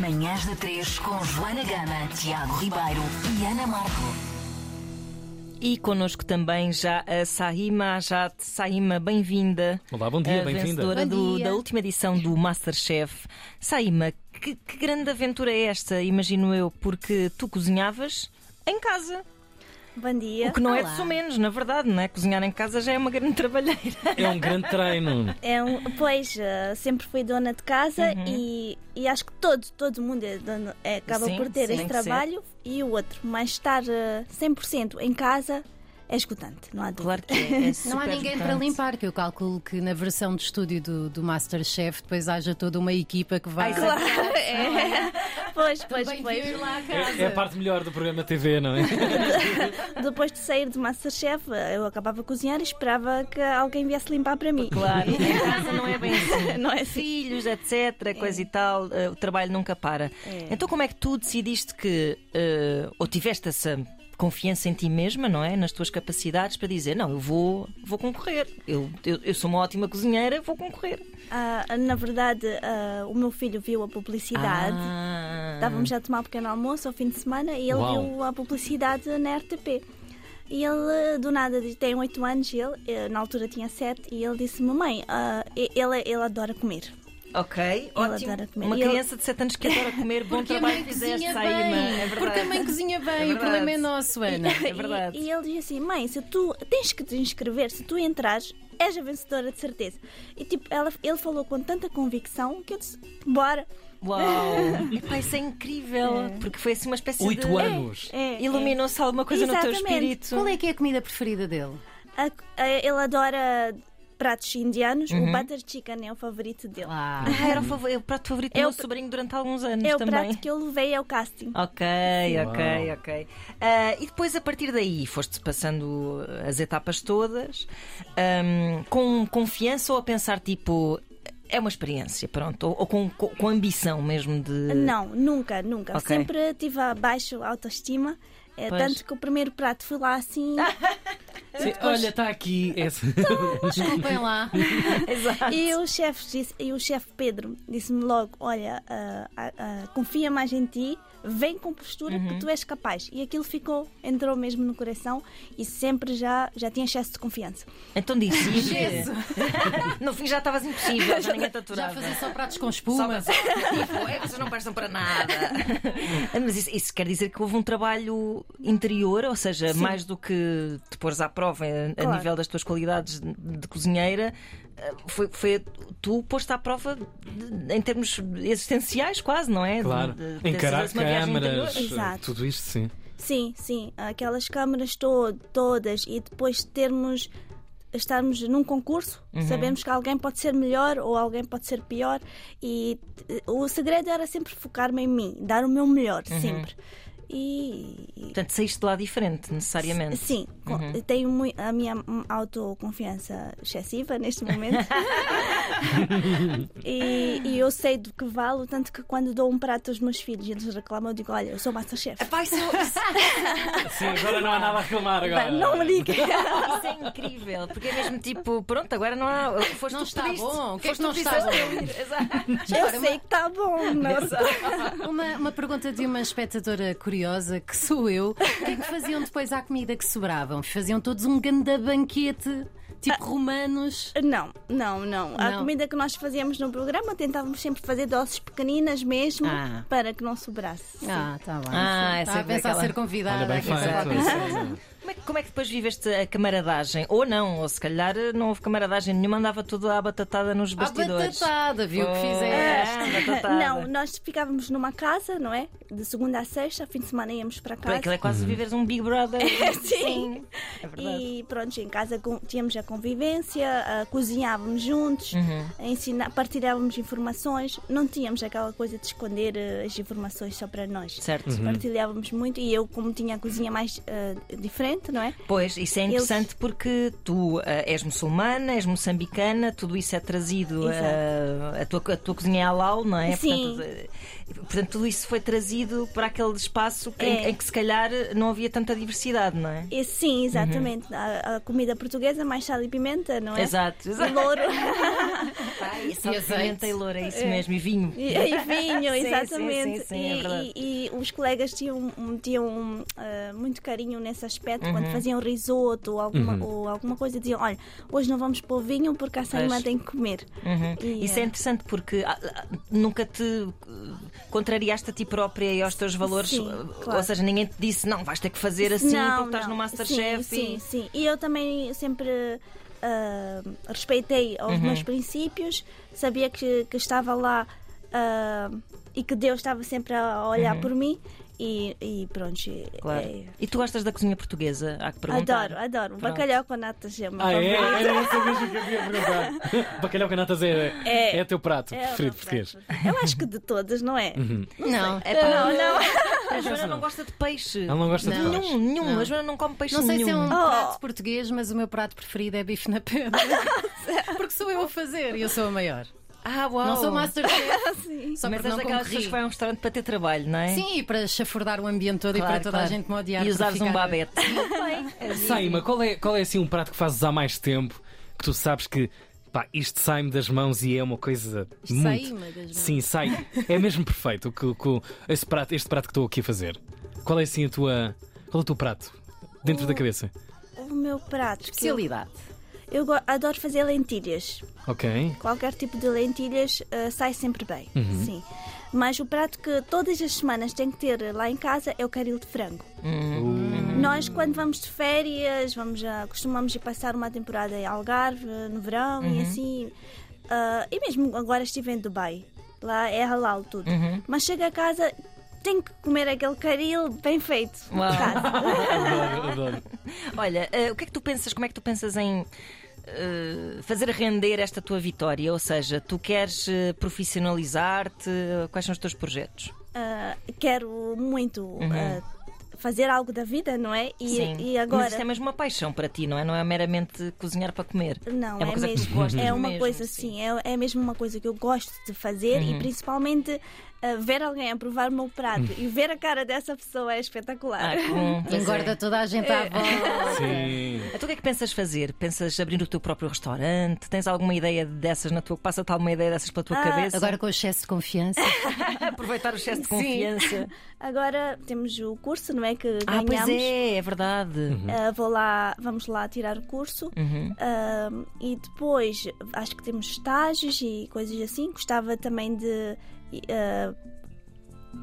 Manhãs da 3 com Joana Gama, Tiago Ribeiro e Ana Marco. E connosco também já a Saima Ajat. Saima, bem-vinda. Olá, bom dia, A bem-vinda. Vencedora Bom do- dia. da última edição do Masterchef. Saima, que, que grande aventura é esta, imagino eu, porque tu cozinhavas em casa. Bom dia. O que não é Olá. de menos, na verdade, não é? Cozinhar em casa já é uma grande trabalheira. É um grande treino. É um, pois, eh, sempre fui dona de casa Uhum. e, e acho que todo, todo mundo é dono- é, acaba Sim, por ter sim. esse Tem que ser. trabalho e o outro. Mas estar eh, 100% em casa é escutante, não há dúvida. Claro que é. é Não há super ninguém para importante. limpar, que eu calculo que na versão de estúdio do, do Masterchef depois haja toda uma equipa que vai. Ai, claro. Pois, pois, Bem pois. vir lá a casa. É, é a parte melhor do programa TV, não é? Depois de sair do Masterchef, eh, eu acabava a cozinhar e esperava que alguém viesse limpar para mim. Claro, em casa não é bem assim. não é assim? Filhos, etc., coisa É. e tal, eh, o trabalho nunca para. Então, como é que tu decidiste que, eh, ou tiveste essa confiança em ti mesma, não é? Nas tuas capacidades para dizer: não, eu vou, vou concorrer, eu, eu, eu sou uma ótima cozinheira, vou concorrer. Ah, na verdade, ah, o meu filho viu a publicidade. Ah. Estávamos a tomar um pequeno almoço ao fim de semana e ele Uau. viu a publicidade na RTP. E ele, do nada, diz- tem 8 anos, ele, eh, na altura tinha 7, e ele disse: Mamãe, ah, e- ele, ele adora comer. Ok, adora ótimo. comer. Uma E ele- criança de 7 anos que adora comer, bom Porque a trabalho mãe que fizeste, cozinha Saima. É bem. Porque a verdade. mãe cozinha É bem. o verdade. problema é nosso, Ana. É verdade. E, e ele diz assim: Mãe, se tu tens que te inscrever, se tu entrares, és a vencedora de certeza. E tipo, ela, ele falou com tanta convicção que eu disse: Bora. Uau! Epá, isso é incrível, porque foi assim uma espécie de. Oito anos. É, é. Iluminou-se alguma coisa no teu Exatamente. espírito. Qual é que é a comida preferida dele? A- a- ele adora pratos indianos, o butter chicken é o favorito dele. Ah, Ah, era o, favor, é o prato favorito do É o meu pr- sobrinho durante alguns anos É o também. prato que eu levei ao casting. Ok, ok, Uau. ok. Ah, e depois, a partir daí, foste passando as etapas todas ahm, com confiança ou a pensar tipo. É uma experiência, pronto. Ou, ou com, com, com ambição mesmo de. Eh, Não, nunca, nunca. Eh, Ok. Sempre tive a baixa autoestima. eh, Pois. tanto que o primeiro prato foi lá assim Sim, olha, está aqui. É assim, esse- desculpem lá. Exato. e o chefe disse- e o chefe Pedro disse-me logo olha ah, ah, ah, confia mais em ti vem com postura Uhum. que tu és capaz e aquilo ficou entrou mesmo no coração e sempre já já tinha excesso de confiança Então disse. Gesso. no fim já estavas impossível, já ninguém te Já aturava. fazer só pratos com Só espuma. para- Tipo, é, vocês não prestam para nada. Ah, Mas isso, isso quer dizer que houve um trabalho interior, ou seja, mais do que te pôres à prova eh, a, Claro. nível das tuas qualidades de, de cozinheira, eh, foi, foi tu posto à prova de- em termos existenciais, quase, não é? De- Claro. de- de- Encarar de- de- uma viagem câmaras, interior. Exato. tudo isto, sim. Sim, sim, aquelas câmaras to todas e depois de termos estarmos num concurso, sabemos que alguém pode ser melhor ou alguém pode ser pior e eh, o segredo era sempre focar-me em mim, dar o meu melhor sempre. E, e- Portanto, saíste de lá diferente, necessariamente. sim, co- tenho mui- a minha hum, autoconfiança excessiva neste momento. e, e eu sei do que valo, tanto que quando dou um prato aos meus filhos e eles reclamam, eu digo, olha, eu sou Masterchef. Pai, isso, isso- Sim, agora não há nada a reclamar agora. Não me diga. isso é incrível, porque é mesmo tipo, pronto, agora não há. Foste Não tu está pediste. bom, o que é foste que não tu está pediste, eu- Exato. Eu sei que está Ah, bom, não Uma, uma pergunta de uma espectadora curiosa, que sou eu. O que é que faziam depois à comida que sobravam? Faziam todos um ganda banquete, Ah. tipo romanos. Ah, Não, não, não. A Não. comida que nós fazíamos no programa tentávamos sempre fazer doses pequeninas mesmo Ah. para que não sobrasse. Ah, está bem. Ah, essa Estava é a pensar aquela- ser Olha, convidada. bem aqui, sei lá, feito. Como é, que- como é que depois viveste a camaradagem? Ou não, ou se calhar eh, não houve camaradagem nenhuma, andava tudo à batatada nos A bastidores. batatada, Ah, viu o que fizeste? Oh. É, batatada. Não, nós ficávamos numa casa, não é? De segunda a sexta, fim de semana íamos para Pô, casa. Aquilo é quase viveres um Big Brother. Sim. É verdade. E pronto, em casa com- tínhamos a convivência, ah, cozinhávamos juntos, Uhum. ensina- partilhávamos informações, não tínhamos aquela coisa de esconder ah, as informações só para nós. Certo. Partilhávamos muito e eu, como tinha a cozinha mais ah, diferente, não é? Pois, isso é Eles- interessante porque tu ah, és muçulmana, és moçambicana, tudo isso é trazido. Exato. ah, a, tua, a tua cozinha é halal, não é? Sim. Portanto, eh, portanto, tudo isso foi trazido para aquele espaço que- em, É. em que se calhar não havia tanta diversidade, não é? E sim, exatamente. A, a comida portuguesa, mais sal e pimenta, não é? Uhum. Exato, E exato. louro. E só E azeite. pimenta e louro, é isso mesmo, e vinho. E, e vinho, Sim, exatamente. sim, sim, sim, é E- verdade. e, e os colegas tinham, um- tinham um, ah, muito carinho nesse aspecto. Quando Uhum. faziam risoto ou alguma, ou alguma coisa, diziam: Olha, hoje não vamos pôr vinho porque a Saima Pois. tem que comer. Uhum. E, Isso é eh, interessante porque ah, ah, nunca te eh, contrariaste a ti própria e aos teus valores. Sim, eh, claro. Ou seja, ninguém te disse não, vais ter que fazer assim Não, porque estás não. no Masterchef. Sim, e... sim, sim. E eu também sempre ah, respeitei os Uhum. meus princípios, sabia que, que estava lá ah, e que Deus estava sempre a olhar por mim. E, e pronto. e- Uhum. Claro. é- E tu gostas da cozinha portuguesa? Há que perguntar. adoro, adoro. Bacalhau com natas é o meu Ah, é? favorito. Era essa mesmo que eu ia perguntar. Bacalhau com natas é, É. é teu prato É o meu preferido prato. português. Uhum. Eu acho que de todas, não é? Não, É pá, Não, não. A Joana não gosta de peixe. Ela não gosta de Não. peixe. Nenhum, nenhum. A Joana não come peixe não sei nenhum. se é um Oh. prato português, mas o meu prato preferido é bife na pedra. Porque sou eu a fazer e eu sou a maior. Ah, uau. Não sou masterchef, só Mas porque és não daquelas pessoas concorri. que vai a um restaurante para ter trabalho, não é? Sim, e para chafurdar o ambiente todo Claro, e para toda claro. a gente me odiar. E por usares um ficar- babete. Saima, qual é, qual é assim um prato que fazes há mais tempo que tu sabes que pá, isto sai-me das mãos e é uma coisa Isto muito. sai-me das mãos. Sim, sai. É mesmo perfeito o que, o que- esse prato, este prato que estou aqui a fazer. Qual é assim a tua. Qual é o teu prato? Dentro da cabeça. O meu prato. que eu, Especialidade. eu go- adoro fazer lentilhas. Ok. Qualquer tipo de lentilhas eh, sai sempre bem. Sim. Mas o prato que todas as semanas tem que ter lá em casa é o caril de frango. Uh, Nós, quando vamos de férias, vamos a, costumamos ir passar uma temporada em Algarve, no verão e assim. Ah, e mesmo agora estive em Dubai. Lá é halal tudo. Mas chego a casa, tenho que comer aquele caril bem feito. Uau. de casa. Adoro, adoro. Olha, eh, o que é que tu pensas? Como é que tu pensas em eh, fazer render esta tua vitória? Ou seja, tu queres eh, profissionalizar-te? Quais são os teus projetos? Ah, quero muito ah, fazer algo da vida, não é? E, e agora. Mas isto é mesmo uma paixão para ti, não é? Não é meramente cozinhar para comer. Não, é uma é, coisa que tu mesmo. gostas É uma mesmo, coisa sim. Uhum. assim, é, é mesmo uma coisa que eu gosto de fazer e principalmente ah, ver alguém aprovar o meu prato Uhum. e ver a cara dessa pessoa é espetacular. Hum, pois é. Engorda toda a gente à volta. Sim. Então o que é que pensas fazer? Pensas abrir o teu próprio restaurante? Tens alguma ideia dessas na tua passa-te alguma ideia dessas pela tua Ah, cabeça? Agora com o excesso de confiança. aproveitar o excesso de confiança. Agora temos o curso, não é? Que Ah, pois ganhamos. é, é verdade. Ah, vou lá, vamos lá tirar o curso Uhum. Ah, e depois acho que temos estágios e coisas assim. Gostava também de ah,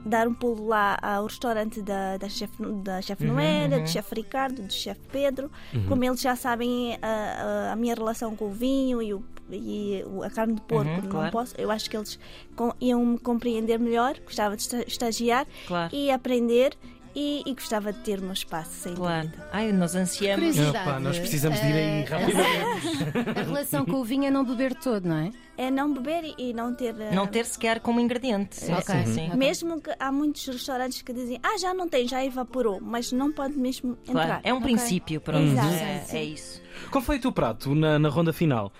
dar um pulo lá ao restaurante da, da chefe da chef Uhum, Noera, do chefe Ricardo, do chefe Pedro. Como eles já sabem ah, ah, a, minha relação com o vinho e, o- e o- a carne de porco, não Uhum, claro. posso. Eu acho que eles com- iam me compreender melhor. Gostava de esta- estagiar Claro. e aprender. E, e gostava de ter o meu espaço, sem Claro. dúvida. Ai, nós ansiamos. Curiosidade. Epá, nós precisamos de ir aí Eh, rapidamente. A relação com o vinho é não beber todo, não é? É não beber e- e não ter. eh, Não ter sequer como ingrediente. Sim, É. Ok. sim, sim. Uhum. Mesmo que há muitos restaurantes que dizem, ah, já não tem, já evaporou, mas não pode mesmo entrar. Uhum. Claro. É um princípio, pronto. Exato. É, Sim, sim. é isso. Qual foi o teu prato na, na ronda final?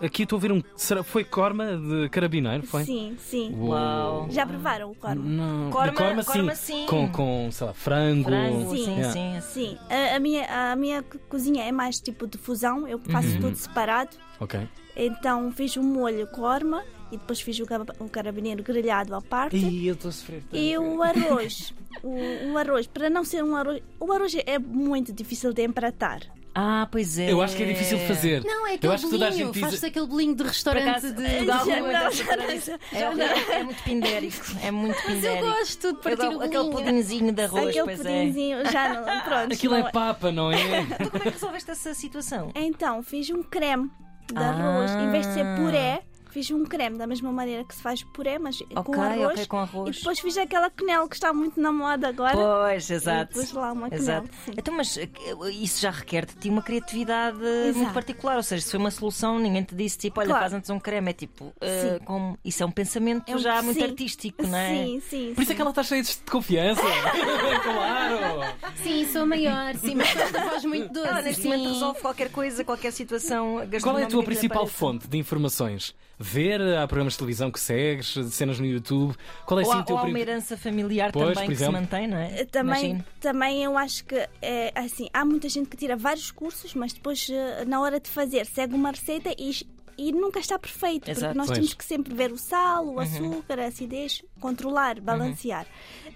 Aqui estou a ouvir um. será- foi corma de carabineiro? Foi? Sim, sim. Uau. Já provaram o corno? Não, Corma- de corma, corma, sim. sim. Com, com, sei lá, frango. Frango, sim, sim. Yeah. Sim. É. A, a minha, a minha co- cozinha é mais tipo de fusão, eu faço Uhum. tudo separado. Ok. Então fiz o molho corma e depois fiz o, cab- o carabineiro grelhado à parte. E eu estou a sofrer. tanto. E o arroz, o, o arroz, para não ser um arroz, o arroz é muito difícil de empratar. Ah, pois é. Eu acho que é difícil de fazer. Não, é eu aquele acho que toda a bolinho. gente diz. Faz-se aquele bolinho de Por restaurante acaso, é de Portugal tem Não, muita essa tradição. É horrível, É muito pindérico. É muito Mas eu pindérico. gosto de Eu partir dou o aquele bolinho. pudinzinho de arroz, Aquele pois pudinzinho já não. Pronto. Aquilo não é papa, não é? é. Então, como é que resolveste essa situação? Então, fiz um creme de Ah. arroz. Em vez de ser puré, Fiz um creme da mesma maneira que se faz puré, mas Ok, com, arroz, ok, com arroz. E depois fiz aquela quenelle que está muito na moda agora. Pois, exato. pus lá uma quenelle, exato. sim. Então, mas eh, isso já requer de ti uma criatividade muito Exato. particular. Ou seja, se foi uma solução, ninguém te disse tipo, olha, Claro. faz antes um creme. É tipo, eh, Sim. como... isso é um pensamento É um- já muito sim. artístico, não é? Sim, sim. Por isso é que ela está cheia de confiança. claro! Sim, sou maior, sim, mas tu faz muito doce. Ela neste sim. momento resolve qualquer coisa, qualquer situação gastronómica. Qual é a tua que lhe principal apareça. fonte de informações? Ver, há programas de televisão que segues, cenas no YouTube. Qual é Ou, assim há, o teu ou há prim- uma herança familiar Pois, também por que se exemplo. mantém, não é? Também, Imagino. também eu acho que é, assim, há muita gente que tira vários cursos, mas depois eh, na hora de fazer segue uma receita e, e nunca está Exato. perfeito, Uhum. porque nós Pois. temos que sempre ver o sal, o açúcar, a acidez, controlar, balancear.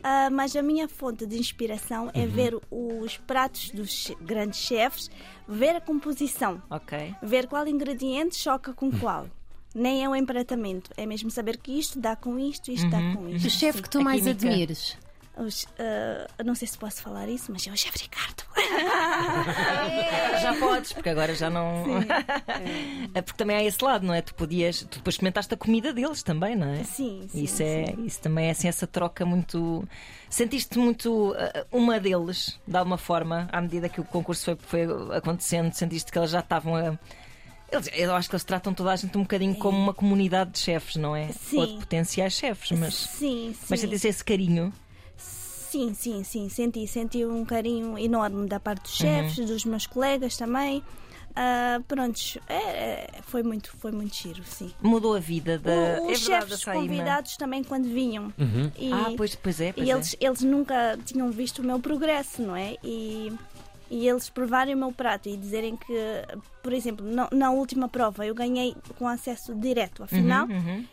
Ah, mas a minha fonte de inspiração Uhum. é ver os pratos dos che- grandes chefes, ver a composição, Ok. ver qual ingrediente choca com qual. Nem é o empratamento, é mesmo saber que isto dá com isto, isto Uhum. dá com isto. O chefe que tu A mais química. admires. Os, ah, eu não sei se posso falar isso, mas é o chefe Ricardo. Agora já podes, porque agora já não. É porque também há esse lado, não é? Tu podias. Tu depois experimentaste a comida deles também, não é? Sim, sim. Isso, sim. é, isso também é assim, essa troca muito. Sentiste muito ah, uma deles, de alguma forma, à medida que o concurso foi, foi acontecendo, sentiste que elas já estavam a. Eles, eu acho que eles tratam toda a gente um bocadinho como uma comunidade de chefes, não é? Sim. Ou de potenciais chefes, mas. Sim, sim. Mas sentiste esse carinho. Sim, sim, sim. Senti, senti um carinho enorme da parte Uhum. dos chefes, dos meus colegas também. Ah, prontos, é, é, foi, muito, foi muito giro, sim. Mudou a vida da. é O- verdade, Os chefes a Saína. convidados também quando vinham. E, Ah, pois, pois é. Pois e é. eles, eles nunca tinham visto o meu progresso, não é? E, e eles provarem o meu prato e dizerem que, por exemplo, na, na última prova eu ganhei com acesso Uhum, direto à final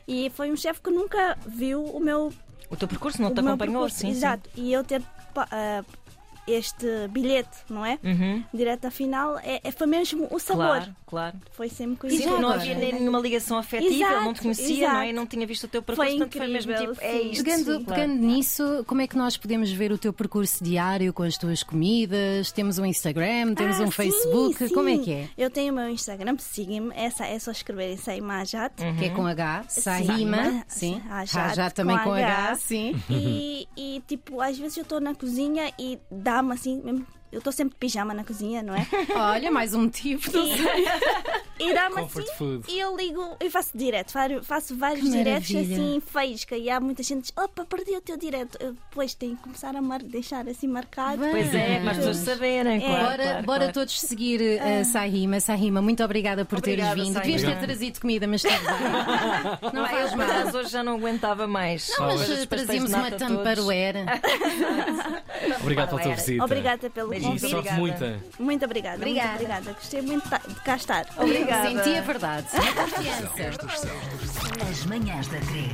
e foi um chefe que nunca viu o meu O teu percurso não o te meu acompanhou, percurso. sim. sim. Exato. E eu ter pa- ah, este bilhete, não é? Uhum. Direto à final, é, é- foi mesmo o sabor. Claro, claro. Foi sempre Sim, coisa. já não agora? havia nem nenhuma ligação afetiva, ele não te Exato, conhecia, não é? exato. Não tinha visto o teu percurso, Foi portanto foi mesmo incrível, tipo, é sim. isto. Pegando, Sim, claro. pegando nisso, como é que nós podemos ver o teu percurso diário com as tuas comidas? Temos um Instagram, temos Ah, um sim, Facebook, como é sim. que é? Eu tenho o meu Instagram, sigam-me. Essa é só escreverem sem Majat. Que é com H, Sahima, sim, Rajat Rajat com também com H. H, sim. E, e, tipo, às vezes eu estou na cozinha e dá-me assim, mesmo- eu estou sempre de pijama na cozinha, não é? Olha, mais um motivo. não sei. E dá-me Comfort assim food. e eu ligo e faço direto. fa- Faço vários Que diretos maravilha. assim, faísca. E há muita gente que diz: opa, perdi o teu direto. Eu, Pois tem que começar a mar- deixar assim marcado. Bem. Pois é, para as pessoas saberem, claro. bora claro, bora claro. Ah. todos seguir a Sahima. Sahima, muito obrigada por Obrigada, teres vindo. Sahima. Devias ter Obrigado. trazido comida, mas estás Não Pá, faz eu, por mal. acaso, hoje já não aguentava mais. Não, mas Os pastéis eh, de trazíamos uma nata todos. Tupperware. Obrigado pela tua Bárbara. visita. Obrigada pelo Beijinho. E convite. sorte Obrigada. muita. Muito obrigada, Obrigada. muito obrigada. Gostei muito ta- de cá estar. é Senti a verdade. Senti a confiança. As manhãs da 3.